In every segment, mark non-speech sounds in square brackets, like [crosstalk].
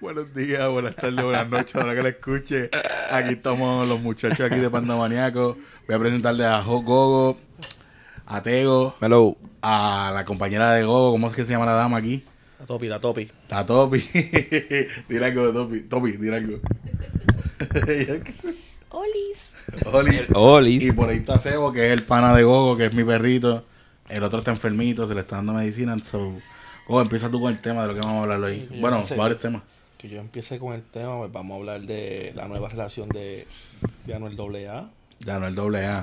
Buenos días, buenas tardes, buenas noches, ahora que la escuche. Aquí estamos los muchachos aquí de Pandamaniaco. Voy a presentarle a Jo- Gogo, a Tego, Hello. a la compañera de Gogo, ¿cómo es que se llama la dama aquí? La topi, la topi. La Topi. [laughs] dile algo, Topi. Topi, dile algo. [laughs] Olis. Oli. Olis. Y por ahí está Sebo, que es el pana de Gogo, que es mi perrito. El otro está enfermito, se le está dando medicina. So, Gogo, empieza tú con el tema de lo que vamos a hablar hoy. Yo bueno, no sé. varios temas. Que yo empiece con el tema, pues vamos a hablar de la nueva relación de, de Anuel AA. Ya no el doble A.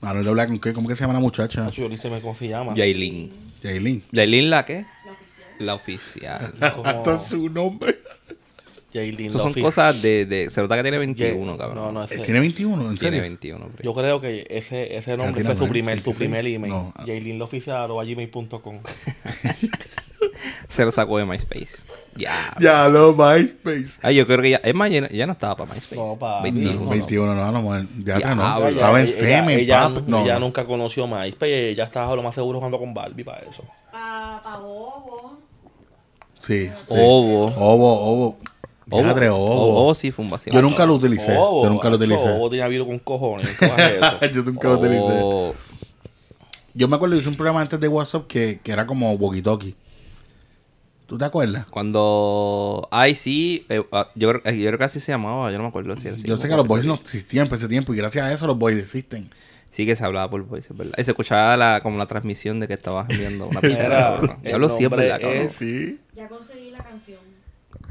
Ah, no el doble A con qué? ¿Cómo que se llama la muchacha? Nacho, yo ni sé me- cómo se llama. Yailin. Jailin. ¿Yailin la qué? La [laughs] oficial. [laughs] Como Hasta su nombre. Yailin Eso son Lofi. cosas de, de... Se nota que tiene Ye- 21, cabrón. No, no, Eh, ese- Tiene 21, en Tiene serio. 21, hombre. Yo creo que ese, ese nombre Catina, fue su ¿no? primer, tu 16. primer email. No. ah. YailinLoficial.gmail.com Se lo sacó de MySpace. Ya. Ya lo MySpace. Ay, yo creo que ya... Es más, ya, ya no estaba para MySpace. No, papi. 21. No, 21, no, no, no, ya, Ya, no. habla. Estaba en Ella- semen, ella, pap. ella, No, ella no. nunca conoció MySpace. Ella estaba lo más seguro jugando con Barbie para eso. Pa, pa bobo. Sí, sí. Ovo. Ovo, ovo. Diadre, ovo. Ovo sí fue un vacío. Yo nunca lo utilicé. Bobo, Yo nunca lo macho, utilicé. Bobo tenía virus con cojones. ¿cómo es eso? [laughs] Yo nunca lo utilicé. Ovo. Yo me acuerdo que hice un programa antes de WhatsApp que, que era como walkie talkie. ¿Tú te acuerdas? Cuando... Ay, sí. eh, ah, yo, creo- eh, yo creo que así se llamaba. Yo no me acuerdo si era así. Yo sé que los boys no existían para ese tiempo y gracias a eso los boys existen. Sí que se hablaba por voice, es ¿verdad? Y se escuchaba la, como la transmisión de que estabas enviando [laughs] una Era- persona. el Yo hablo siempre, nombre ¿verdad, cabrón? es- Sí. Ya conseguí la canción.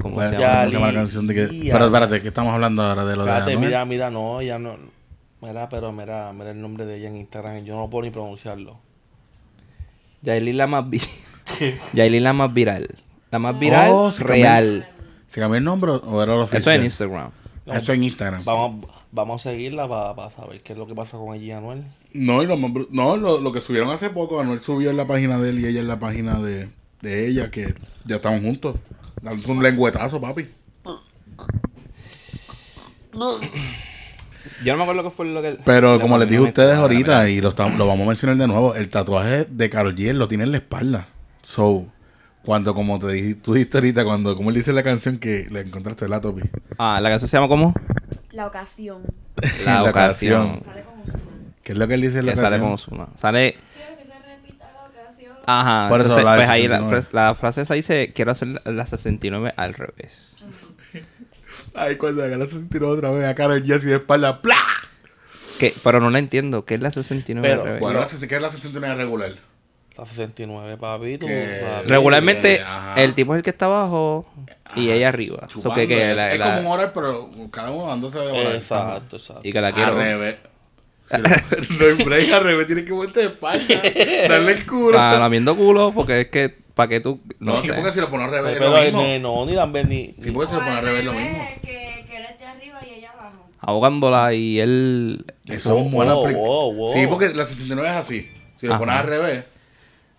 ¿Cómo ¿Cuál, se ¿Cómo llama? se llama la canción de que... Yalía. Pero espérate, ¿qué estamos hablando ahora de lo de Espérate, Anuel? mira, mira, no, ya no. Mira, pero mira, mira el nombre de ella en Instagram. Yo no puedo ni pronunciarlo. Yailin la más vi- [laughs] Yailin la más viral. La más viral Oh, sí, real. ¿Se cambió el nombre o- o era lo oficial? Eso es en Instagram. Eso en Instagram. Vamos, vamos a seguirla para saber qué es lo que pasa con ella, Anuel. No, y lo, más bru- no lo, lo que subieron hace poco, Anuel subió en la página de él y ella en la página de, de ella, que ya estamos juntos. Dándose un lengüetazo, papi. Yo no me acuerdo qué fue lo que... Pero lo como que les no dije a me- ustedes no me- ahorita, y lo, estamos- lo vamos a mencionar de nuevo, el tatuaje de Karol G él lo tiene en la espalda. So, cuando como te dijiste, tú dijiste ahorita, cuando como él dice en la canción que le encontraste la topi. Ah, ¿la canción se [laughs] llama cómo? La ocasión. La ocasión. Sale con Ozuna. ¿Qué es lo que él dice en la Que sale con canción? Ozuna. Sale... Quiero que se repita la ocasión. Ajá. Por eso entonces, la del pues ahí la, 69. fras- la frase esa dice, quiero hacer la- la 69 al revés. Ay, cuando la se tiró otra vez a Karol G así de espalda, ¡plá! Que, pero no la entiendo. ¿Qué es la 69 Pero, al revés? Bueno, la ses- ¿qué es la 69 regular? La 69, papi. tú, Que- papi. Regularmente Eh, ajá. el tipo es el que está abajo y ella arriba. So Chupando, que- que es, la- es la- como un oral, pero cada uno dándose de oral. Exacto, exacto. y que la Al quiero. revés. Sí, no hay break, al revés, tiene que voltear de espalda, [laughs] darle el culo. Ah, lamiendo culo porque es que para que tú no, No, sí, sé. porque si lo pones al revés, es Pero lo mismo. ni- no, ni la ven ni. Sí, porque si O lo pones Pues, al al revés, es lo revés, mismo. Que, que él esté arriba y ella abajo. Ahogándola y él Eso es un buen Wow, apli- wow, wow. Sí, porque la 69 es así. Si lo Ajá. pones al revés.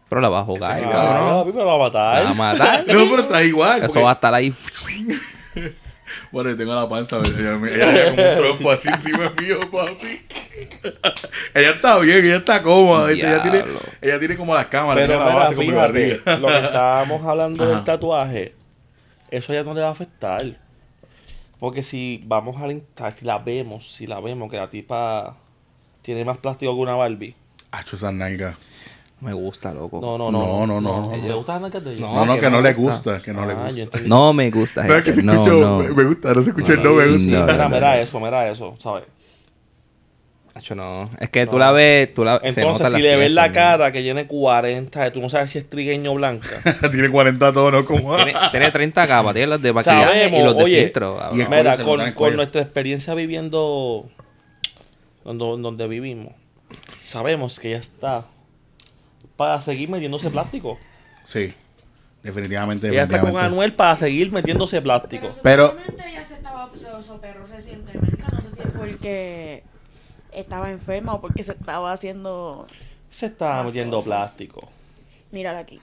pero la va a jugar, Ay, Ah, cabrón. papi, pero la va a La va a matar. matar. Este [laughs] No, pero está igual. Eso porque- va a estar ahí. Bueno, yo tengo la panza. ¿ves? Ella, me- ella me da como un trompo así [laughs] encima mío, papi. ella está bien, ella está cómoda. ¿viste? Ella tiene, Diablo. ella tiene como las cámaras, Pero tiene la base mira, con mi fíjate, barriga. lo que [laughs] estábamos hablando Ajá. del tatuaje, eso ya no le va a afectar. Porque si vamos a la insta- si la vemos, si la vemos que la tipa tiene más plástico que una Barbie. Hacho esa nalga. Me gusta, loco. No, no, No, no. no, no, no, ¿Le no. gustan las nalgas de ella? No, no, que, no, le gusta. Que no Ah, le yo gusta. entendí. No me gusta. Pero es que gente. se No, escuchó, no. me- me gusta, no se escuchó el No, no, me no, gusta. no. Mira, mira eso, mira eso, ¿sabes? Hacho, no. Es que tú No. la ves, tú la se Entonces, nota si las le ves la piezas, ¿no? cara que tiene 40, tú no sabes si es trigueño o blanca. [laughs] tiene 40 tonos como. ah. Tiene, tiene 30 capas, tiene los de maquillaje y Sabemos, los de oye. filtro. cabrón. Y el cuello Mira, se le nota en con, el con cuello. nuestra experiencia viviendo donde, donde vivimos, sabemos que ya está para seguir metiéndose plástico. Sí, definitivamente. Ella está con definitivamente. Anuel para seguir metiéndose plástico. Pero Pero- supuestamente ella se estaba se soperó recientemente. No sé si es porque estaba enferma o porque se estaba haciendo. Se está Ah, metiendo cosa. plástico. Mírala aquí.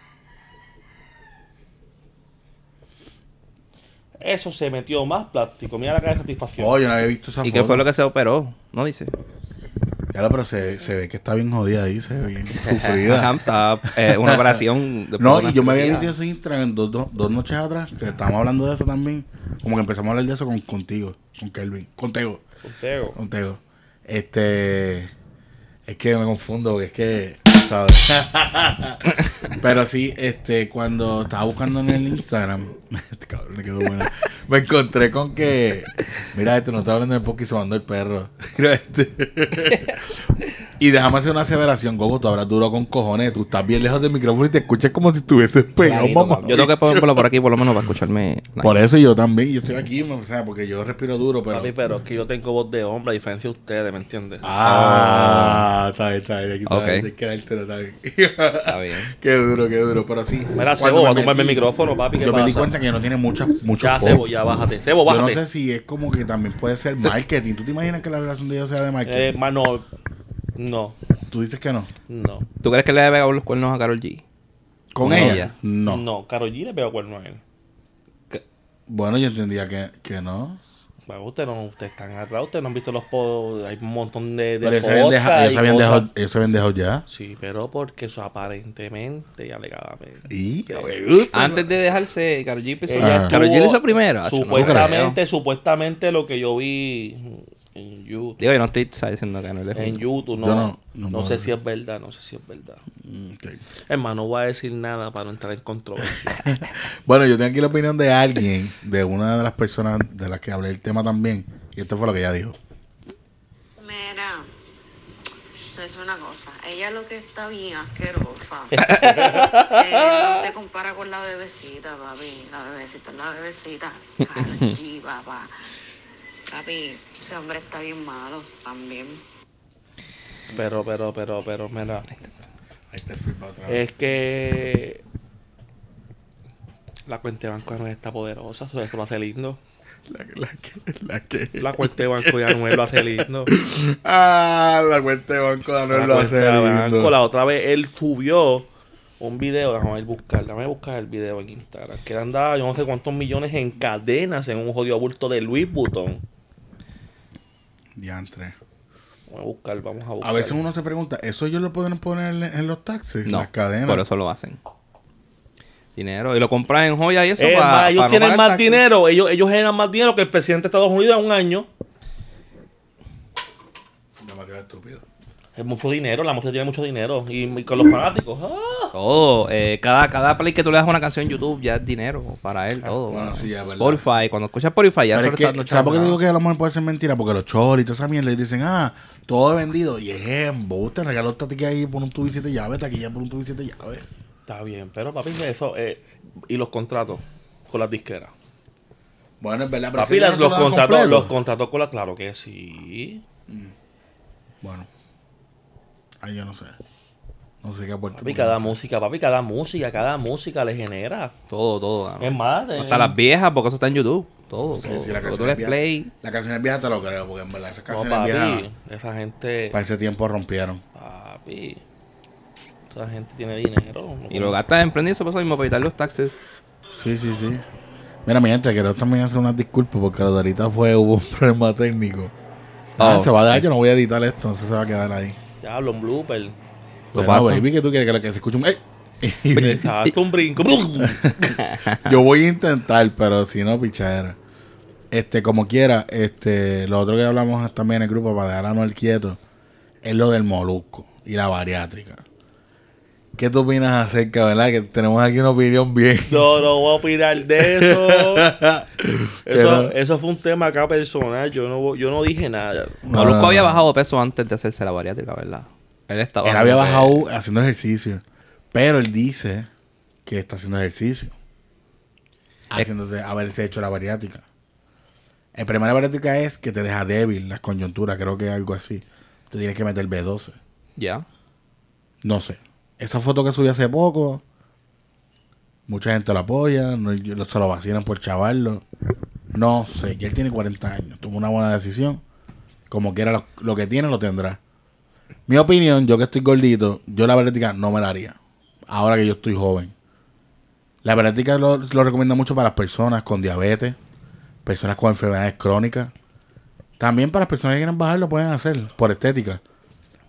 Eso se metió más plástico. Mira la cara de satisfacción. Oh, yo no había visto esa ¿Y foto. qué fue lo que se operó? No dice. Ya lo, pero se, se ve que está bien jodida ahí, se ve [laughs] bien sufrida. Ajá, estaba, eh, una operación. de- No, una y yo me había cirugía. metido en Instagram dos, dos, dos noches atrás, que estábamos hablando de eso también. Como que empezamos a hablar de eso con, contigo, con Kelvin, contigo, Conteo. contigo. Este. Es que me confundo, porque es que. ¿sabes? Pero sí, este, cuando estaba buscando en el Instagram, [laughs] este cabrón le quedó buena. Me encontré con que. Mira, esto no está hablando del Poki sobando el perro. [laughs] Mira este. Y déjame hacer una aseveración, Gogo, tú habrás duro con cojones, tú estás bien lejos del micrófono y te escuchas como si estuvieses pegado, Clarito, mamá. Yo tengo que ponerlo por aquí, por lo menos, para escucharme. Por eso yo también, yo estoy aquí, o sea, porque yo respiro duro, pero. Papi, pero es que yo tengo voz de hombre, a diferencia de ustedes, ¿me entiendes? Ah, está bien, está bien, aquí está Ok. bien, hay que dártelo, está bien. Está bien. [laughs] Qué duro, qué duro, pero sí. cuando Mira, Sebo, va a me tumbarme el metí- micrófono, papi, ¿qué Yo me di pasa? cuenta que no tiene muchas, muchos Ya, posts. Sebo, ya bájate. Sebo, Yo no sé bájate. si es como que también puede ser marketing. ¿Tú te imaginas que la relación de ellos sea de Eh, marketing? mano, no, Tú dices que no. no. ¿Tú crees que le haya pegado los cuernos a Carol G? ¿Con No. ella? Ella. No. No, Karol G le pegó cuerno a él. Bueno, yo entendía que, que no. Bueno, Pues, ustedes no, ustedes están atrás, ustedes no han visto los posts, hay un montón de, de Pero ellos se habían podcasts dejado, ellos y se habían cosas. dejado, ellos se habían dejado ya. Sí, pero porque eso aparentemente y alegadamente. Y, ya me gusta. Antes de dejarse, Carol G empezó. Ella Ah. estuvo- Karol G lo hizo primero. Acho, no creo. Supuestamente, supuestamente lo que yo vi en YouTube, Digo, yo no estoy ¿sabes? diciendo que no le en YouTube no, Yo no, no- no puedo sé decir. si es verdad, no sé si es verdad. Mm, ok. [laughs] Hermano, no voy a decir nada para no entrar en controversia. Bueno, yo tengo aquí la opinión de alguien, de una de las personas de las que hablé el tema también. Y esto fue lo que ella dijo. Mira, es una cosa. Ella lo que está bien asquerosa. Eh, no se compara con la bebecita, papi. La bebecita es la bebecita. Allí, papá. Papi, ese hombre está bien malo también. pero, pero, pero, pero, mira. Ahí está el feedback otra vez. Es que la cuenta de banco de Anuel está poderosa, eso eso lo hace lindo. La, que- la que, la que. La cuenta de banco de Anuel lo hace lindo. [laughs] Ah, la cuenta de banco de Anuel La lo hace. cuenta de lindo. banco, la otra vez él subió un video, déjame buscar, déjame buscar el video en Instagram, que él andaba yo no sé cuántos millones en cadenas en un jodido bulto de Luis Butón. Diantre. Vamos a buscar, vamos a buscar. A veces uno se pregunta, ¿eso ellos lo pueden poner en, en los taxis? No, las cadenas. por eso lo hacen. Dinero. Y lo compran en joyas y eso Eh, pa- más, pa ellos no tienen pagar más taxes. dinero, ellos, ellos generan más dinero que el presidente de Estados Unidos en un año. Demasiado estúpido. Es mucho dinero, la música tiene mucho dinero. Y, y con los fanáticos. ¡ah! Todo. Eh, cada, cada play que tú le das a una canción en YouTube ya es dinero para Ah, él. Todo. bueno, sí, ya es verdad. Spotify. Cuando escuchas Spotify Pero ya solo es que, está dando ¿Sabes por qué chavo, te digo nada. que a lo mejor puede ser mentira? Porque los cholis y toda esa mierda le dicen, ah, todo es vendido. Y es embuste, regaló esta taquilla ahí por un tubo y siete llaves, taquilla por un tubo y siete llaves. Está bien, pero papi, eso. eh, y los contratos con las disqueras. Bueno, es verdad, pero Papi, si las- ellos no los se lo dan contratos, completo. los contratos con la. Claro que sí. Bueno. Ahí yo no sé. No sé qué aporte. Papi, cada música, papi, cada música, cada música le genera. Todo, todo. nada. Es más, eh, Hasta las viejas, porque eso está en YouTube. Todo. Sí, todo. sí, la canción Cuando tú le es vieja- play. La canción es vieja, te lo creo, porque en verdad esas No, canciones papi, viejas esa gente. para ese tiempo rompieron. Papi. Esa gente tiene dinero. Y lo gastas en prendido, por eso mismo, para evitar los taxes. Sí, sí, sí. Mira, mi gente, quiero también hacer unas disculpas porque lo de ahorita fue, hubo un [laughs] problema técnico. Ah, Oh, se va a dar, yo no voy a editar esto, entonces se va a quedar ahí. Ya hablo un blooper. Lo Bueno, pasa. baby, que tú quieres que, la que se escuche un... ¡Ey! [laughs] Y Exacto, un brinco. yo voy a intentar, pero si no, pichadera. Este, como quiera, este, lo otro que hablamos también en el grupo para dejar a Noel quieto es lo del molusco y la bariátrica. ¿Qué tú opinas acerca, verdad? Que tenemos aquí una opinión bien. Yo no voy a opinar de eso. [laughs] Que Eso, no- eso fue un tema acá personal, yo no yo no dije nada. No, Molusco no, no. había bajado de peso antes de hacerse la bariátrica, ¿verdad? Él estaba. Él había como que- bajado haciendo ejercicio. Pero él dice que está haciendo ejercicio. Haciéndose haberse hecho la bariátrica. El problema de la bariátrica es que te deja débil las coyunturas, creo que algo así. Te tienes que meter B12. Ya. No sé. Esa foto que subí hace poco, mucha gente la apoya, no, yo- se lo vacilan por chavarlo. No sé, ya él tiene 40 años, tomó una buena decisión. Como quiera, lo, lo que tiene lo tendrá. Mi opinión, yo que estoy gordito, yo la bariátrica no me la haría. Ahora que yo estoy joven. La bariátrica lo, lo recomiendo mucho para las personas con diabetes, personas con enfermedades crónicas. También para las personas que quieren bajar lo pueden hacer por estética.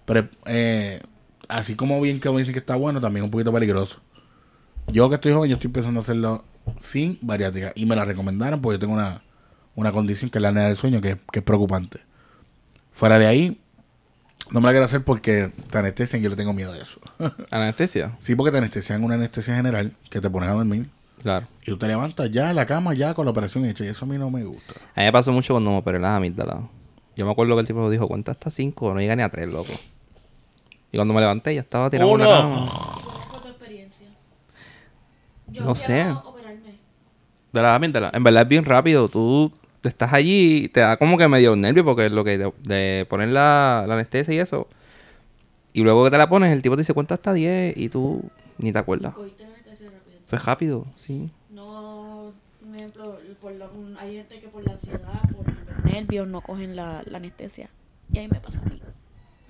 Pero eh, así como bien que me dicen que está bueno, también es un poquito peligroso. Yo que estoy joven, yo estoy empezando a hacerlo sin bariátrica. Y me la recomendaron porque yo tengo una, una condición que es la apnea del sueño, que, que es preocupante. Fuera de ahí, no me la quiero hacer porque te anestesian y yo le tengo miedo de eso. [laughs] Anestesia. sí, porque te anestesian una anestesia general que te ponen a dormir. Claro. Y tú te levantas ya a la cama, ya con la operación hecha. Y eso a mí no me gusta. A mí me pasó mucho cuando me operé las amígdalas. Yo me acuerdo que el tipo dijo, cuenta hasta cinco, no llega ni a tres, loco. Y cuando me levanté ya estaba tirado en la Uno. cama. ¿Cuál fue tu experiencia? No sé. quiero operarme. De las amígdalas. En verdad es bien rápido. Tú estás allí y te da como que medio nervio porque lo que de, de poner la, la anestesia y eso. Y luego que te la pones, el tipo te dice cuenta hasta 10 y tú ni te acuerdas. Cogiste una anestesia rápido. Fue rápido, sí. No, por ejemplo, por la- un- hay gente que por la ansiedad, por los nervios, no cogen la, la anestesia. Y ahí me pasa a mí.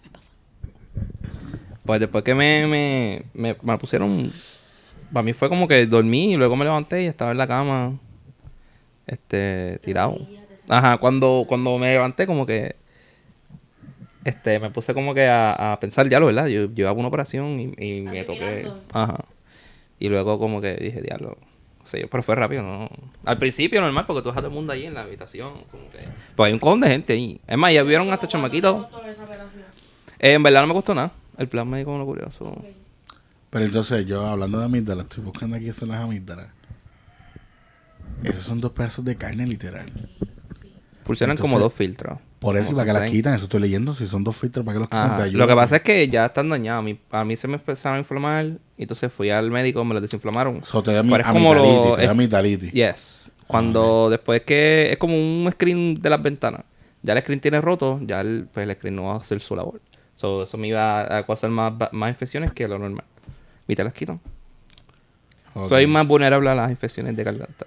Me pasa. Pues después que me, me, me, me la pusieron, para mí fue como que dormí y luego me levanté y estaba en la cama, este, tirado. Ajá, cuando, cuando me levanté como que, este, me puse como que a, a pensar diablo, ¿verdad? Yo llevaba una operación y, y me toqué. Asimilando. Ajá. Y luego como que dije, diablo. O sea, yo- pero fue rápido, ¿no? Al principio normal, porque tú dejas a todo el mundo ahí en la habitación. Como que... Pues hay un cojón de gente ahí. Es más, ya vieron hasta chamaquitos. Toda esa operación. Eh, en verdad no me costó nada. El plan médico me lo cubrió. so. Pero entonces yo hablando de amígdalas, estoy buscando aquí son las amígdalas. Esos son dos pedazos de carne literal. Funcionan Entonces, como dos filtros. Por eso, Como ¿para que las sensei. quitan? Eso estoy leyendo. Si son dos filtros, ¿para que los quitan? Ajá. Te ayuda. Lo que pasa es que ya están dañados. A mí, a mí se me empezaron a inflamar. Y entonces fui al médico, me los desinflamaron. So, te da mi, Pero es como amigdalitis, lo- te da Ah, es- amigdalitis. Yes. Cuando después que es como un screen de las ventanas. Ya el screen tiene roto, ya el, pues el screen no va a hacer su labor. So, eso me iba a causar más, ba- más infecciones que lo normal. Y te las quitan. Ok. Soy más vulnerable a las infecciones de garganta.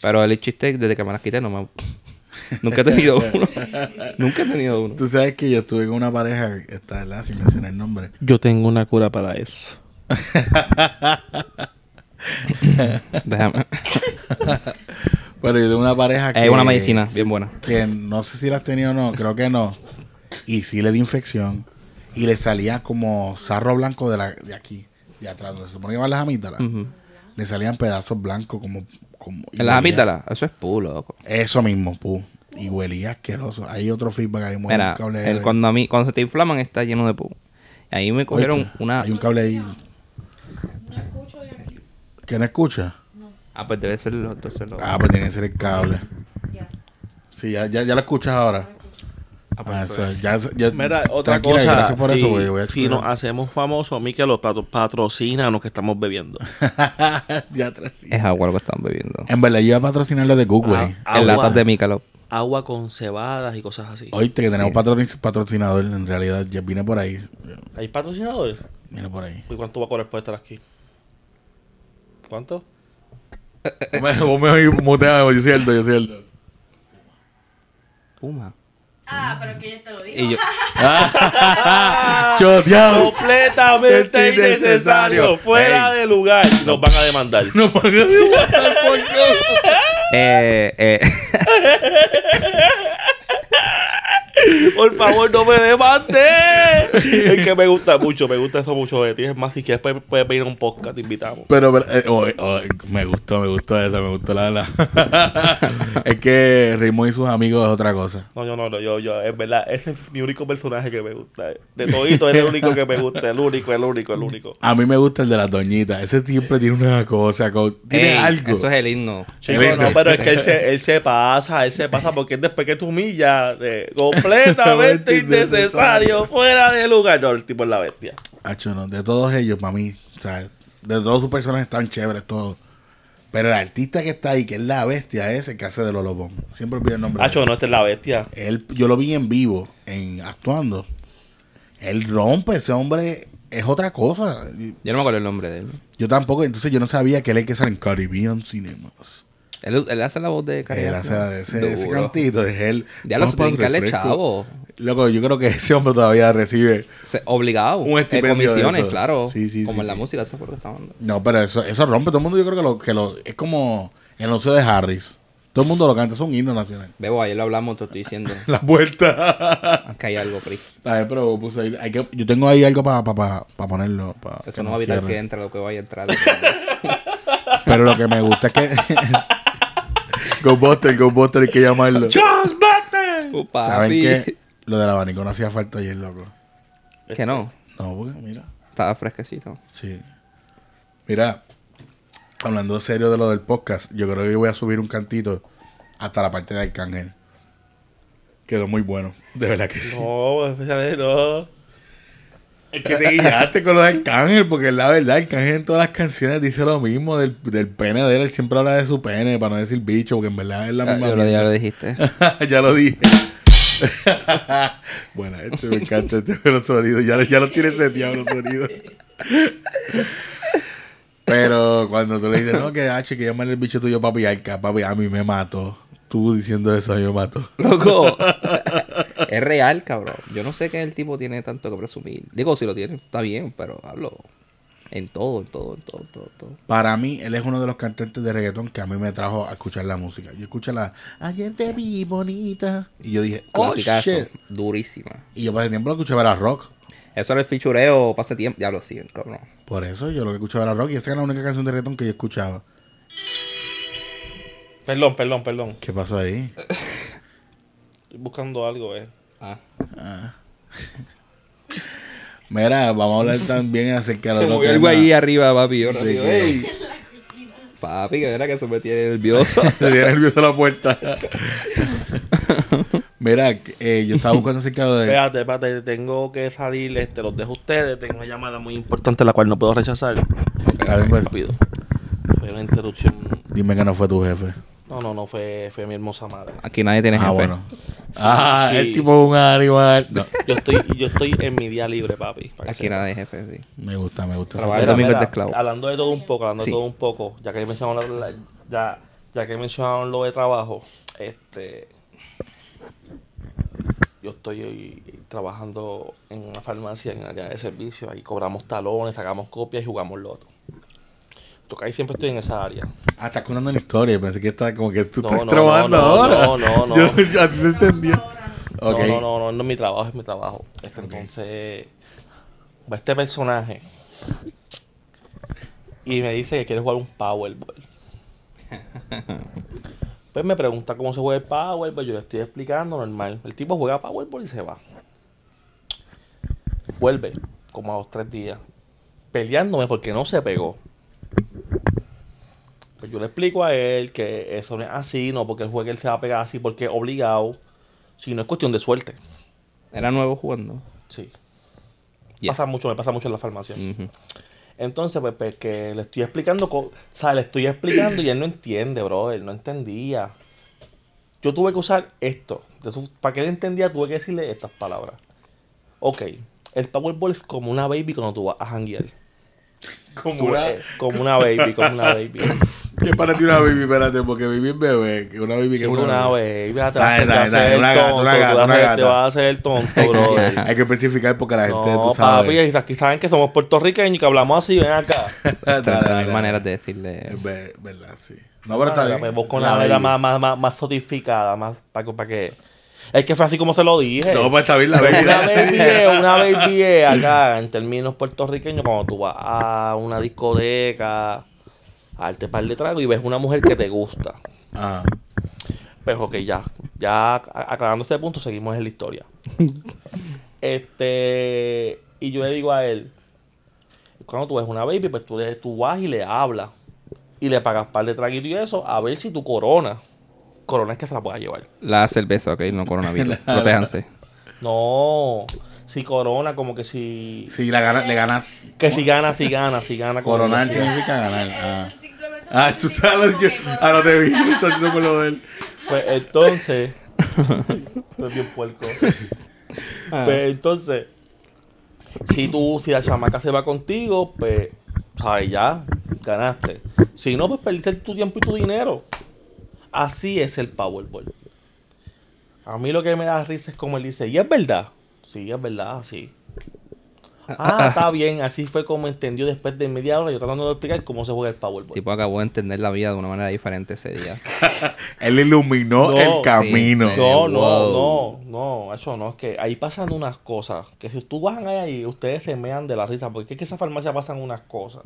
Pero el chiste es que desde que me las quité [laughs] no me... Nunca he tenido uno. Nunca he tenido uno. Tú sabes que yo estuve con una pareja, esta, ¿verdad? Sin mencionar el nombre. [laughs] Yo tengo una cura para eso. Déjame. Pero yo tengo una pareja que... Es una medicina bien buena. que no sé si las tenía o no, creo que no. Y sí le di infección. Y le salía como sarro blanco de, la, de aquí, de atrás, donde se supone que van las amígdalas. Le salían pedazos blancos como... como y En las huelía- amígdalas, eso es pu, loco. Eso mismo, pu. Y huelía asqueroso. Hay otro feedback, hay un Mira, cable el- de- cuando, a mí, cuando se te inflaman está lleno de pu. Y ahí me cogieron Oíste, una... Hay un cable ahí No escucho de aquí. que no escucha. Ah, pues debe ser los entonces los- Ah, pues tiene que ser el cable. Ya. Sí, ya, ya, ya lo escuchas ahora. Ah, pues Ah, eso eso, es. ya, ya- Mira, otra tranquila, cosa. Gracias por si, eso, güey. Voy a si nos hacemos famosos, Miquel, los patro- patrocina lo que estamos bebiendo. [laughs] ya atrás, sí. Es agua lo que están bebiendo. En verdad, yo iba a patrocinar lo de Cook, güey. Ah, En agua, latas de Michelob. agua con cebadas y cosas así. Oíste que tenemos Sí. patrocin- patrocinador, en realidad ya viene por ahí. ¿Hay patrocinadores? Viene por ahí. ¿Y cuánto va a cobrar por estar aquí? ¿Cuánto? [laughs] Vos me muteame, yo cierto, yo cierto. Puma. Ah, pero que ya te lo dije. Y yo... ¡Choteado! Completamente Es innecesario. innecesario. Fuera Ey. de lugar. Nos van a demandar. No pagué mi WhatsApp, por Dios. eh, [laughs] eh, Por favor, no me [laughs] demandes. es que me gusta mucho. Me gusta eso mucho de ti. Es más, si quieres, puedes, puedes pedir un podcast. Te invitamos. Pero, pero, eh, oh, eh, oh, eh, me gustó, me gustó esa, me gustó la [laughs] la. es que Raymond y sus amigos es otra cosa. No, yo no, no, yo, yo, es verdad, ese es mi único personaje que me gusta. De todito es el único que me gusta, el único, el único, el único. A mí me gusta el de la doñita. Ese siempre tiene una cosa, con- tiene ey, algo. Eso es el himno. Chico, Él es- no, pero es que él se, él se pasa, él se pasa porque después que te humilla, eh, completamente innecesario, fuera de lugar. No, el tipo es la bestia. Acho, no, de todos ellos, para mí, o sea, de todos sus personajes están chéveres, todos. Pero el artista que está ahí, que es la bestia, es el que hace de Lolobón. Siempre olvido el nombre. de él. Hacho, no, este es la bestia. Él- yo lo vi en vivo, en actuando. Él rompe, ese hombre es otra cosa. Y- Yo no me acuerdo el nombre de él. Yo tampoco, entonces yo no sabía que él es el que sale en Caribbean Cinemas. Él, él hace la voz de Él hace la de ese, ese Duro. cantito, es él. Ya lo Vamos para un brincarle, refresco. chavo. Loco, yo creo que ese hombre todavía recibe. Se- obligado. Un Eh, estipendio de comisiones, eso. claro. Sí, sí, como sí, en la sí. música, eso es por lo que estamos hablando. No, pero eso, eso rompe todo el mundo. Yo creo que lo, que lo es como el anuncio de Harris. Todo el mundo lo canta, es un himno nacional. [laughs] Bebo, ayer lo hablamos, te estoy diciendo. La vuelta. [laughs] Acá hay algo, Pri. A ver, pero puse ahí- hay que- yo tengo ahí algo para pa, pa- pa ponerlo. pa que Eso no va a evitar cierre. que entre lo que vaya a [laughs] entrar. Pero lo que me gusta es [laughs] que. Ghostbuster, Ghostbuster, hay que llamarlo. Uh, papi. ¿Saben qué? Lo del abanico no hacía falta ayer, loco. Que no. No, porque mira. Estaba fresquecito. Sí. Mira, hablando en serio de lo del podcast, yo creo que yo voy a subir un cantito hasta la parte de Arcángel. Quedó muy bueno, de verdad que sí. No, especiales no. Es que te guiaste con lo de Arcángel, porque la verdad, Arcángel en todas las canciones dice lo mismo del, del pene de él. Él siempre habla de su pene, para no decir bicho, porque en verdad es la Ya, misma Ah, yo lo- ya mierda. [laughs] lo dijiste. ya lo dije. [laughs] bueno, este me encanta este de los sonidos. Ya, ya lo tiene seteado los sonidos. Pero cuando tú le dices, no, que H, que llaman el bicho tuyo papi arca, papi, a mí me mato. Tú diciendo eso, a mí me mato. Loco. [laughs] es real, cabrón. Yo no sé que el tipo tiene tanto que presumir. Digo, si lo tiene, está bien, pero hablo en todo, en todo, en todo, en todo, en todo. Para mí, él es uno de los cantantes de reggaetón que a mí me trajo a escuchar la música. Yo escuché la Ayer te vi bonita. Y yo dije, oh Clasicazo, shit. durísima. Y yo para ese tiempo lo escuchaba era rock. Eso era el fichureo pase tiempo. Ya lo siguen, cabrón. Por eso yo lo que escuchaba era rock. Y esa era la única canción de reggaetón que yo escuchaba. Perdón, perdón, perdón. ¿Qué pasó ahí? Estoy buscando algo, eh. Ah. Mira, vamos a hablar también acerca de Se otro movió tema. algo ah. ahí arriba, papi. Yo rápido, que- ey. Papi, que era que se me tiene nervioso. [laughs] Se dio nervioso la [laughs] puerta. Mira, eh, yo estaba buscando acerca de... Espérate, espérate, tengo que salir, este, los dejo a ustedes. Tengo una llamada muy importante la cual no puedo rechazar. Está bien, pues, Rápido. Fue una interrupción. dime que no fue tu jefe. No, no, no, fue, fue mi hermosa madre. [laughs] Aquí nadie tiene jefe. Ah, bueno. ah, sí. el tipo es un animal. No, Yo estoy, yo estoy en mi día libre, papi. para que Aquí sepa. nadie es jefe, sí. me gusta, me gusta. ese Trabaja el tema. domingo es de esclavo. Hablando de todo un poco, hablando Sí. de todo un poco, ya que mencionaron la- ya, ya que mencionaron lo de trabajo, este yo estoy hoy trabajando en una farmacia en el área de servicio, ahí cobramos talones, sacamos copias y jugamos loto. Toca ahí siempre estoy en esa área. Ah, estás contando la historia. Pensé que estaba como que tú No, estás no, trabajando no, no, ahora. no, no, no. Yo, así se entendió. Ok. No, no, no, no, no es mi trabajo, es mi trabajo. Este, Entonces, va este personaje y me dice que quiere jugar un Powerball. Pues me pregunta cómo se juega el Powerball, yo le estoy explicando normal. El tipo juega Powerball y se va. Vuelve, como a los tres días, peleándome porque no se pegó. Pues yo le explico a él que eso no es así, no porque el juego él se va a pegar así, porque obligado. Si no es cuestión de suerte. Era nuevo jugando. Sí. Ya. Pasa mucho, me pasa mucho en la farmacia. Ujú. Entonces, pues, pues, que le estoy explicando, co- o sea, le estoy explicando y él no entiende, bro, él no entendía. Yo tuve que usar esto. Entonces, para que él entendía, tuve que decirle estas palabras. Ok, el Powerball es como una baby cuando tú vas a janguear. Como Tú- una... eh, como una baby, como una [laughs] baby. ¿Qué es para ti una baby? Espérate, porque baby es bebé. que Una baby que es Como una bebé. baby. Te vas Dale, a dale, hacer dale, el una gata, tonto, una tú gata, vas una a hacer- gata. Te vas a hacer el tonto, [laughs] bro. [laughs] Hay que especificar porque la gente, No, Este, tú sabes. papi, y aquí saben que somos puertorriqueños y que hablamos así, ven acá. Dale, Pero dale, no hay dale. maneras de decirle. Es ve- verdad, sí. No, [laughs] pero está Ah, bien. Me busco La una vela baby. más, más, más, más sotificada, más para que, para que. Es que fue así como se lo dije. No, pues está bien [laughs] la baby. una baby es, una baby es acá, en términos puertorriqueños, cuando tú vas a una discoteca, a darte par de trago y ves una mujer que te gusta. Ah, Pero que Pues, ya, ya a- aclarando este punto, seguimos en la historia. este, y yo le digo a él, cuando tú ves una baby, pues tú, le, tú vas y le hablas. Y le pagas par de traguitos y eso, a ver si tu corona, corona es que se la pueda llevar. La cerveza, ok, [laughs] no coronavirus. Protéjanse. No, si corona, como que si, si la gana, le gana que si gana, si gana, si gana. corona. coronar, significa ganar. Ah, ah tú sabes. Yo, ah, no te vi. Tú estás haciendo por lo de él. Pues entonces. Estoy bien puerco. Pues entonces. Si tú, si la chamaca se va contigo, pues, sabes, ya, ganaste. Si no, pues perdiste tu tiempo y tu dinero. Así es el Powerball. A mí lo que me da risa es como él dice, y es verdad. Sí, es verdad, sí. Ah, está bien. Así fue como entendió después de media hora. Yo tratando de explicar cómo se juega el Powerball. tipo acabó de entender la vida de una manera diferente ese día. [laughs] Él iluminó No, el camino. sí, No, no, Wow. no, no, eso no, es que ahí pasan unas cosas, que si tú bajan ahí, ustedes se mean de la risa, porque es que esa farmacia pasan unas cosas.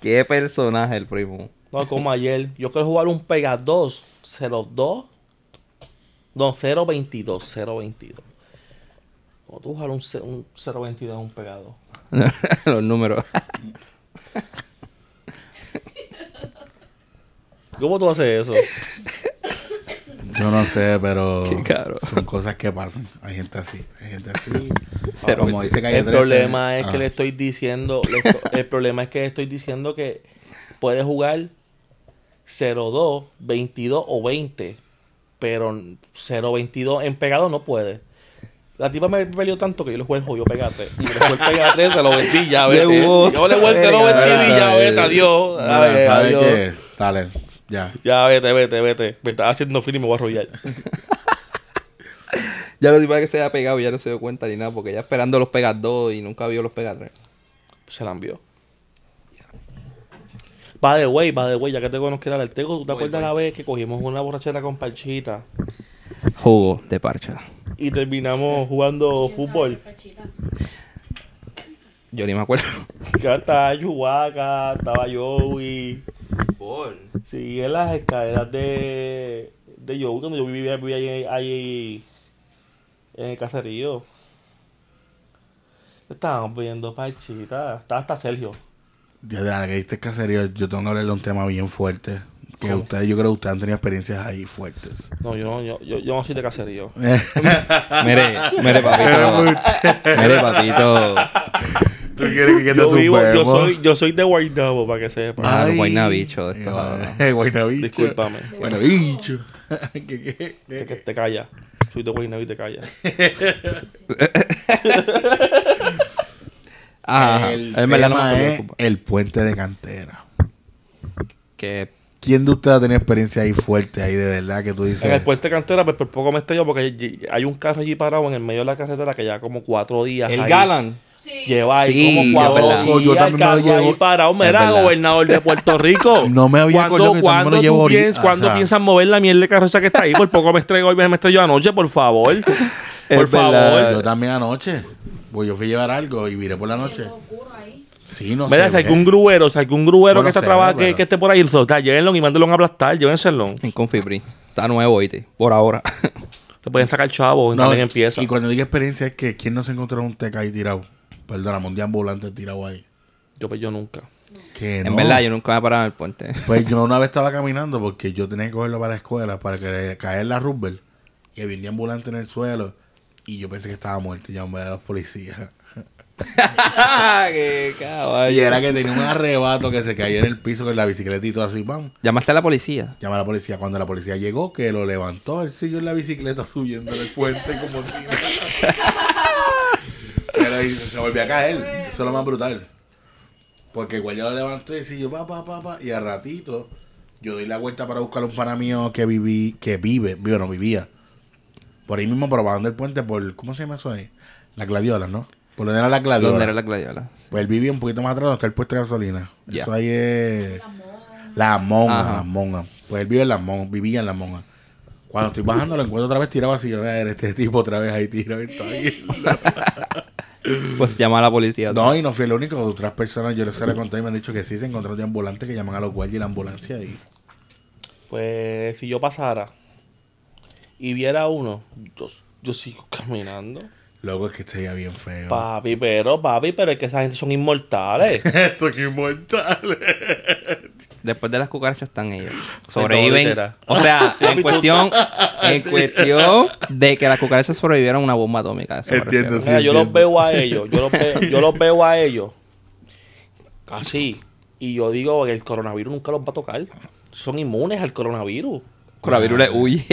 Qué personaje el primo. [laughs] No, como ayer, yo quiero jugar un Pega 2, 02, no, 022, 022. O tú jugar un, ce- un 022 un Pega 2. Los números. ¿Cómo tú haces eso? Yo no sé, pero Qué caro. son cosas que pasan. Hay gente así, hay gente así. Ah, Cero como veinte. dice Calle El 13, problema es ah, que le estoy diciendo, le esto- [laughs] el problema es que le estoy diciendo que puede jugar 0-2, 22 o 20, pero 0-22 en pegado no puede. La tipa me peleó tanto que yo le jugué el joyo pegate. Y le jugué el pegate, se lo [laughs] vendí [laughs] ya, Le vete. jugó. Yo le jugué el 0-22 y ya, vete, adiós. Eh, mira, Ay, ¿sabes adiós. qué? Dale, ya. Ya, vete, vete, vete. Me estás haciendo frío y me voy a arrollar. Ya lo para que se haya pegado, ya no se dio cuenta ni nada, porque ya esperando los pegas dos y nunca vio los pegas tres. Se la envió. Va de way, va de way, ya que te conozco el Artego, ¿tú te acuerdas la vez que cogimos una borrachera con parchita Jugo de parcha. y terminamos jugando fútbol? Yo ni me acuerdo. Ya estaba Yuhuaca, estaba Joey. Sí, en las escaleras de, de Joey, cuando yo vivía, vivía ahí, ahí en el caserío. Estábamos viendo parchita, estaba hasta Sergio. Ya de la que diste caserío, yo tengo que hablar de un tema bien fuerte. Que ustedes, yo creo que ustedes han tenido experiencias ahí [laughs] fuertes. No, yo no, yo, yo, yo no soy de caserío. Mire, mire, papito. mire, papito. ¿Tú quieres que Yo vivo, yo soy, yo soy de Guaynabo, para que sepan. Ah, los guaynabichos, estos, Eh, guaynabicho. Discúlpame. Guaynabicho. [laughs] ¿Qué, qué, Te, qué? te calla. Soy de Guaynabo y te calla. Ah, el en verdad no me tema acuerdo de es fútbol. el puente de cantera. Que ¿Quién de ustedes ha tenido experiencia ahí fuerte, ahí de verdad, que tú dices... En el puente cantera, pues por poco me estrello porque allí- hay un carro allí parado en el medio de la carretera que ya como cuatro días. el ahí Galan. Sí. Lleva ahí Sí, como es cuatro verdad. días. Yo el también me lo carro llevo. ahí parado. Mira, verdad. gobernador de Puerto [laughs] Rico. No me había acordado que también me lo ¿Cuándo, ¿cuándo, llevo tú ahorita? piensas, O ¿cuándo sea. piensas mover la mierda de carro esa que está ahí? Por poco me estrelló hoy, me estrelló anoche, [laughs] por favor. Por verdad. "Ah, Yo favor. también anoche. Pues yo fui a llevar algo y miré por la Eso noche. es oscuro ahí. Sí, no Mira, sé. si algún gruero, si algún gruero Bueno, que, está sé, traba- que, pero- que esté por ahí, o sea, llévenlo y mándenlo a aplastar, llévenselo. En Confibri. Está nuevo, oíste. Por ahora. Se pueden sacar chavos, No, también empieza. Y cuando digo experiencia es que ¿quién no se encontró un teca ahí tirado? Perdona, un de ambulante tirado ahí. Yo, pues, yo nunca. Que no. En verdad, yo nunca me he parado en el puente. Pues yo una vez estaba caminando porque yo tenía que cogerlo para la escuela para que le- caer la Rubber y había un ambulante en el suelo y yo pensé que estaba muerto y llamé a los policías. ¡Qué Y caballo! era que tenía un arrebato que se cayó en el piso con la bicicleta y todo así, ¡pam! Llamaste a la policía. Llamé a la policía. Cuando la policía llegó, que lo levantó, él siguió en la bicicleta subiendo el puente como si nada. Pero y se volvió a caer. Eso es lo más brutal. Porque igual yo lo levantó y siguió pa, pa, pa, pa. Y al ratito, yo doy la vuelta para buscar a un pana mío que viví, que vive, vive, no vivía. Por ahí mismo, probando el puente, por, ¿cómo se llama eso ahí? La gladiola, ¿no? Por donde era la gladiola. ¿Dónde era la gladiola? Pues él vivía un poquito más atrás donde está el puesto de gasolina. Ya. Eso ahí es. La monja, Ajá. la monja. Pues él vive en la monja, vivía en la monja. Cuando estoy bajando lo encuentro otra vez tirado así. A ver, este tipo otra vez ahí tirado. y está [laughs] ahí. Pues llama a la policía. No, y no fui el único. Otras personas, yo les he contado y me han dicho que sí, se encontraron de ambulante que llaman a los guardias y la ambulancia. Y... Pues si yo pasara y viera uno, yo, yo sigo caminando. Luego es que estaría bien feo. [laughs] Papi, pero, papi, pero es que esa gente son inmortales. Esto es inmortal. [laughs] Después de las cucarachas están ellos. Todo Sobreviven. literal. O [laughs] sea, en cuestión, en cuestión de que las cucarachas sobrevivieron a una bomba atómica. Eso me Entiendo, refiero. sí. Mira, yo los entiendo. veo a ellos, yo los, ve- yo los veo a ellos así. Y yo digo que el coronavirus nunca los va a tocar. Son inmunes al coronavirus. Coronavirus le huye.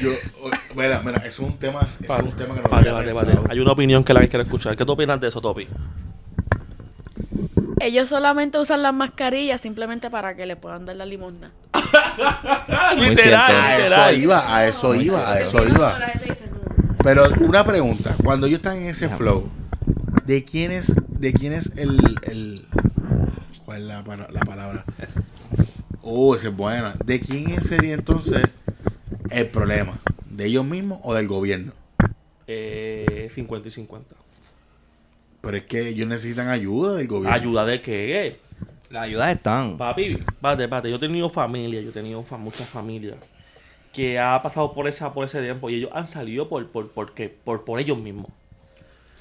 Yo, o- mira, mira, eso es un tema, eso es un tema que no Vale, había vale, vale. pensado. Hay una opinión que la que quiero escuchar. ¿Qué tú opinas de eso, Topi? Ellos solamente usan las mascarillas simplemente para que le puedan dar la limosna. Muy A cierto. eso iba, a eso iba, a eso iba. La gente dice, no, Pero una pregunta, cuando yo estaba en ese flow, ¿de quién es, de quién es el, el- cuál es la, pala- la palabra? Oh, esa es buena. ¿De quién sería entonces el problema? ¿De ellos mismos o del gobierno? Eh, 50 y 50. Pero es que ellos necesitan ayuda del gobierno. ¿Ayuda de qué? Las ayudas están. Papi, pate, pate. Yo he tenido familia, yo he tenido fa- muchas familias que ha pasado por esa por ese tiempo y ellos han salido por por por, qué? por, por ellos mismos.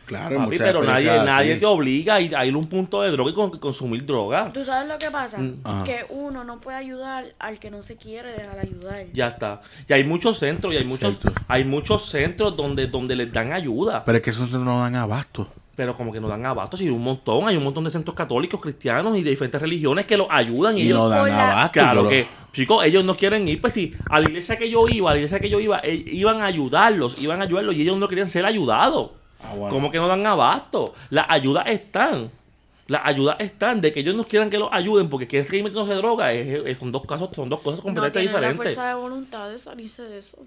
Claro, Papi, muchas pero nadie, experiencias nadie así. te obliga a ir, a ir a un punto de droga y con- consumir droga. ¿Tú sabes lo que pasa? Mm. Ajá. Que uno no puede ayudar al que no se quiere dejar ayudar. Ya está. Y hay muchos centros, y hay muchos, Cierto. hay muchos centros donde, donde les dan ayuda. Pero es que esos no dan abasto. Pero como que no dan abasto, sí, un montón. Hay un montón de centros católicos, cristianos y de diferentes religiones que los ayudan y, Y ellos. no dan por la- abasto. Claro pero- que, chicos, ellos no quieren ir. Pues sí, a la iglesia que yo iba, a la iglesia que yo iba, e- iban a ayudarlos, iban a ayudarlos y ellos no querían ser ayudados. Ah, bueno. Como que no dan abasto. Las ayudas están. Las ayudas están. De que ellos no quieran que los ayuden porque quieren que no se droga. es- es- son dos casos, son dos cosas no completamente tiene la diferentes. fuerza de voluntad de salirse de eso.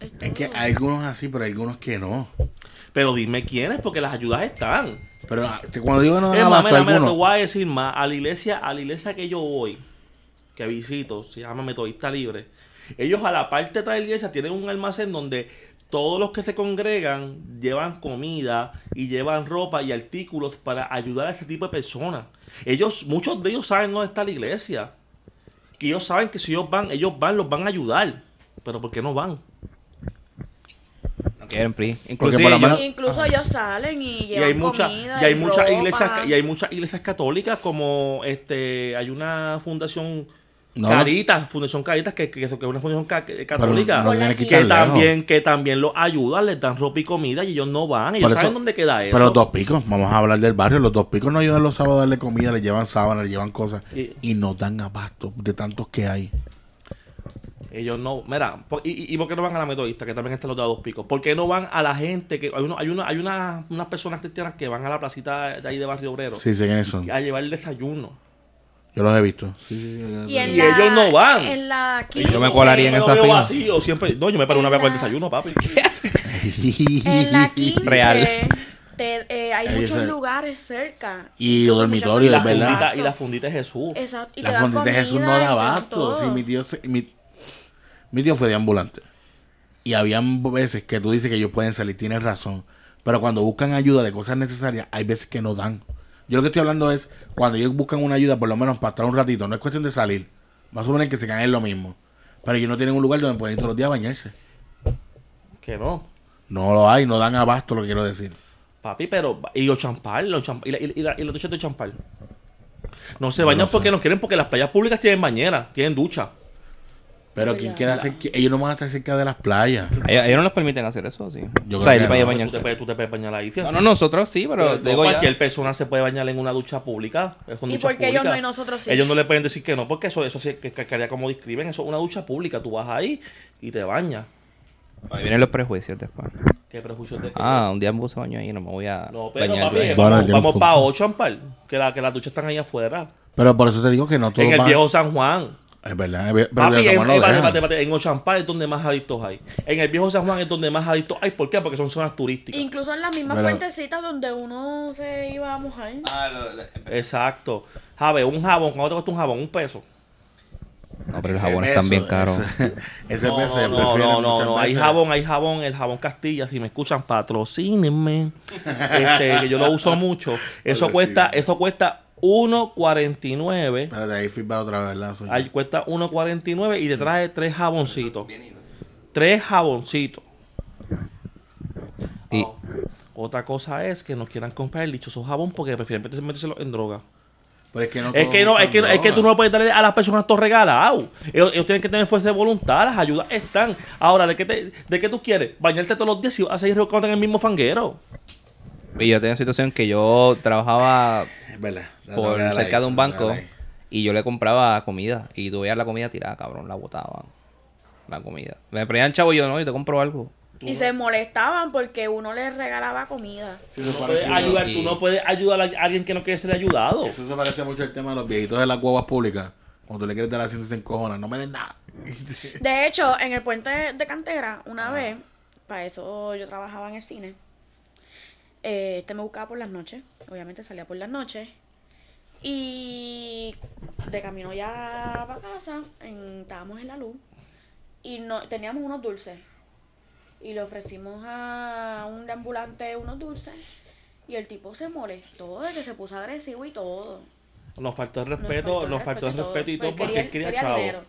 Es Es que todo. hay algunos así, pero hay algunos que no. Pero dime quiénes, porque las ayudas están. Pero ah, te- cuando digo que no dan Es más, abasto, mira, mira, te algunos. voy a decir más. A la iglesia, a la iglesia que yo voy, que visito, se llama Metodista Libre. Ellos a la parte de atrás de la iglesia tienen un almacén donde todos los que se congregan llevan comida y llevan ropa y artículos para ayudar a este tipo de personas. Ellos, muchos de ellos saben dónde está la iglesia. Que ellos saben que si ellos van, ellos van, los van a ayudar. Pero ¿por qué no van? No quieren PRI. Porque Inclusive por lo Pues yo- menos Incluso ellos salen y y llevan hay muchas y comida hay muchas ropa. iglesias y hay muchas iglesias católicas como este hay una fundación No. Caritas Fundación Caritas que, que, que es una fundación ca- católica Pero no tiene que que Por quitar lejos. también que también los ayudan les dan ropa y comida y ellos no van ellos Por eso- saben dónde queda eso Pero los dos picos, vamos a hablar del barrio, los dos picos no ayudan los sábados a darle comida, le llevan sábanas, le llevan cosas Y- y no dan abasto de tantos que hay. ellos no mira por- y, y- y por qué no van a la metodista que también están los de dos picos por qué no van a la gente que hay uno, hay una hay una- unas personas cristianas que van a la placita de ahí de Barrio Obrero Sí, sé quiénes son. a llevar el desayuno Yo los he visto. Y, en y la- ellos no van. En la yo me 15, colaría en Yo esa veo fila. vacío siempre no yo me paro una vez con el desayuno papi [laughs] En la 15 Real. te- eh, hay Ahí muchos está. lugares cerca. Y Muchas dormitorio, y la es verdad. fundita y la fundita de Jesús Exacto. y te La dan fondita de comida Jesús no y te da dan abasto. todo. Sí, mi, tío, se- mi, mi tío fue de ambulante. Y habían veces que tú dices que ellos pueden salir, tienes razón. Pero cuando buscan ayuda de cosas necesarias, hay veces que no dan. Yo lo que estoy hablando es, cuando ellos buscan una ayuda, por lo menos para estar un ratito, no es cuestión de salir. Más o menos que se caen en lo mismo. Pero ellos no tienen un lugar donde pueden ir todos los días a bañarse. que no No lo hay, no dan abasto, lo que quiero decir. Papi, pero. Y los champal, los champal y, la- y, la- y los duchas de champal. No se bañan porque no quieren, porque las playas públicas tienen bañera, tienen ducha. Pero Oiga. quien queda cerca- ellos no van a estar cerca de las playas. ellos, ellos no les permiten hacer eso, sí. Yo o sea, creo ir que no, para allá a Tú te, bañarse. puedes, tú te puedes bañar ahí, ¿sí? No, no, nosotros sí, pero Pero no digo ya. cualquier persona se puede bañar en una ducha pública. eh, son ¿Y duchas por qué ellos no públicas. y nosotros sí? Ellos no le pueden decir que no, porque eso, eso sí, que cascaría como describen, eso es una ducha pública. Tú vas ahí y te bañas. Ahí vienen los prejuicios después. Qué prejuicio te Ah, un día me puse baño ahí y no me voy a No, pero bañar. papi, ahí. Bueno, vamos, tiene un punto. para ocho, champal. Que, la, que las duchas están ahí afuera. Pero por eso te digo que no todos en el van- viejo San Juan. Es verdad, es ver- pero Papi, el en, San Juan lo eh, espérate, dejan. espérate, espérate, en Ochampal es donde más adictos hay. En el viejo San Juan es donde más adictos hay. ¿Por qué? Porque son zonas turísticas. Incluso en las mismas Mira. fuentecitas donde uno se iba a mojar. Ah, lo- lo- Exacto. Jabe, un jabón, ¿cuánto te cuesta un jabón? Un peso. No, Ah, pero el Ese jabón beso, está bien caro. Ese, [laughs] ese No, beso no, se no, prefiere no, no, muchas no. Hay veces. jabón, hay jabón, el jabón Castilla. Si me escuchan, [laughs] patrocínenme. Este, que yo lo uso mucho. Eso Patrocínenme. cuesta, eso cuesta 1.49. Espérate, ahí feedback otra vez, la soy yo. Ahí Cuesta 1.49 y te trae tres jaboncitos. Tres jaboncitos. Y Ah, Otra cosa es que no quieran comprar el dichoso jabón porque prefieren metérselo en droga. Pero es que no, Es todos que no, usan es que, no- es que tú no droga. puedes darle a las personas todo regalado. Ellos, ellos tienen que tener fuerza de voluntad, las ayudas están. Ahora, ¿de qué, te- de qué tú quieres? ¿Bañarte todos los días y vas a seguir recortando en el mismo fanguero? y yo tenía una situación que yo trabajaba Es verdad. Dale, por dale cerca ahí, de un dale banco ahí. y yo le compraba comida y tú veías la comida tirada, cabrón, la botaban. La comida. Me prendían chavo y yo, no, yo te compro algo. Y se molestaban porque uno les regalaba comida. Sí, eso, No puedes parece, ayudar, y- tú no puedes ayudar a alguien que no quiere ser ayudado. eso se parece mucho al tema de los viejitos de las guaguas públicas. O tú le quieres dar la ciencia y se encojona. No me des nada. [laughs] De hecho, en el puente de Cantera, una vez, para eso yo trabajaba en el cine, eh, este me buscaba por las noches, obviamente salía por las noches, y de camino ya para casa, en- estábamos en la luz, y no, teníamos unos dulces, y le ofrecimos a un deambulante unos dulces, y el tipo se molestó, de que se puso agresivo y todo. Nos faltó el respeto, nos faltó el respeto y todo porque él quería Pues quería chavo. dinero.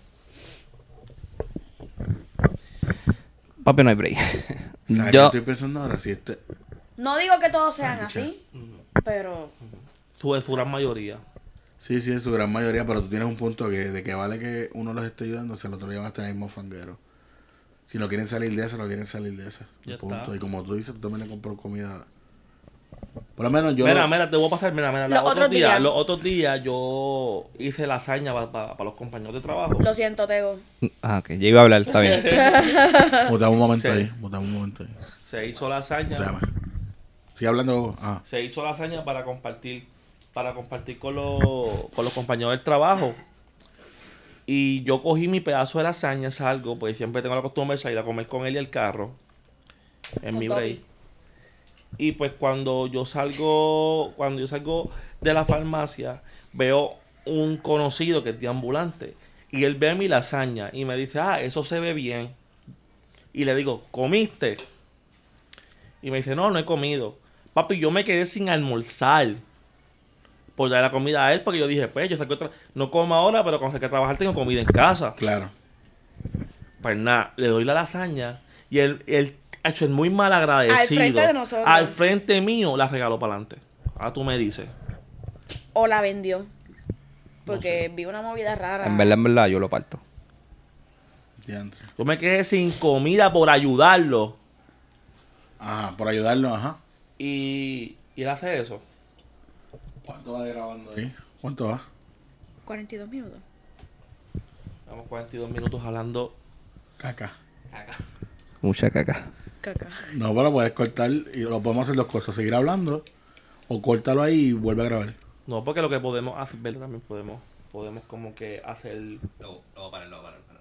Papi, no hay break. ¿Sabes qué yo, estoy pensando ahora? Si este... No digo que todos sean Mancha. así, pero Tú de su gran mayoría. Sí, sí, es su gran mayoría, pero tú tienes un punto que de que vale que uno los esté ayudando, si al otro día van a tener el mismo fanguero. Si no quieren salir de esa, no quieren salir de esa. Ya punto. está. Y como tú dices, tú también le compras comida. Por lo menos yo. mira, lo- mira, te voy a pasar, mira, mira, Los los otros otros días, días. los otros días yo hice lasaña para los compañeros de trabajo. lo siento, Tego. ah, ok, ya iba a hablar, está bien. Botamos un momento Sí. ahí. Botamos un momento ahí. Se hizo lasaña. Déjame. Sigue hablando. Ah, se hizo la hazaña para compartir para compartir con los, con los compañeros del trabajo. Y yo cogí mi pedazo de lasaña, salgo, porque siempre tengo la costumbre de salir a comer con él y el carro en Con mi Toby. break. Y pues cuando yo salgo, cuando yo salgo de la farmacia, veo un conocido que es de ambulante y él ve mi lasaña y me dice, "Ah, eso se ve bien." Y le digo, "¿Comiste?" Y me dice, no, no he comido. Papi, yo me quedé sin almorzar por dar la comida a él porque yo dije, pues, yo saqué otra... No como ahora, pero cuando saqué a trabajar tengo comida en casa. claro. Pues nada, le doy la lasaña y él, él ha hecho el muy mal agradecido. Al frente de nosotros. Al frente mío la regaló para adelante. Ah, tú me dices. O la vendió. Porque vi una movida rara. En verdad, en verdad, yo lo parto. Diantre. Yo me quedé sin comida por ayudarlo. Ajá, por ayudarlo, ajá. Y, y él hace eso. ¿Cuánto va grabando ahí? ¿Cuánto va? 42 minutos. Estamos 42 minutos hablando. Caca. Mucha caca. Caca. No, pero puedes cortar y lo podemos hacer dos cosas. Seguir hablando o córtalo ahí y vuelve a grabar. No, porque lo que podemos hacer, ¿verdad? También podemos, podemos como que hacer Lo, lo voy a parar, lo voy a parar. lo voy a parar.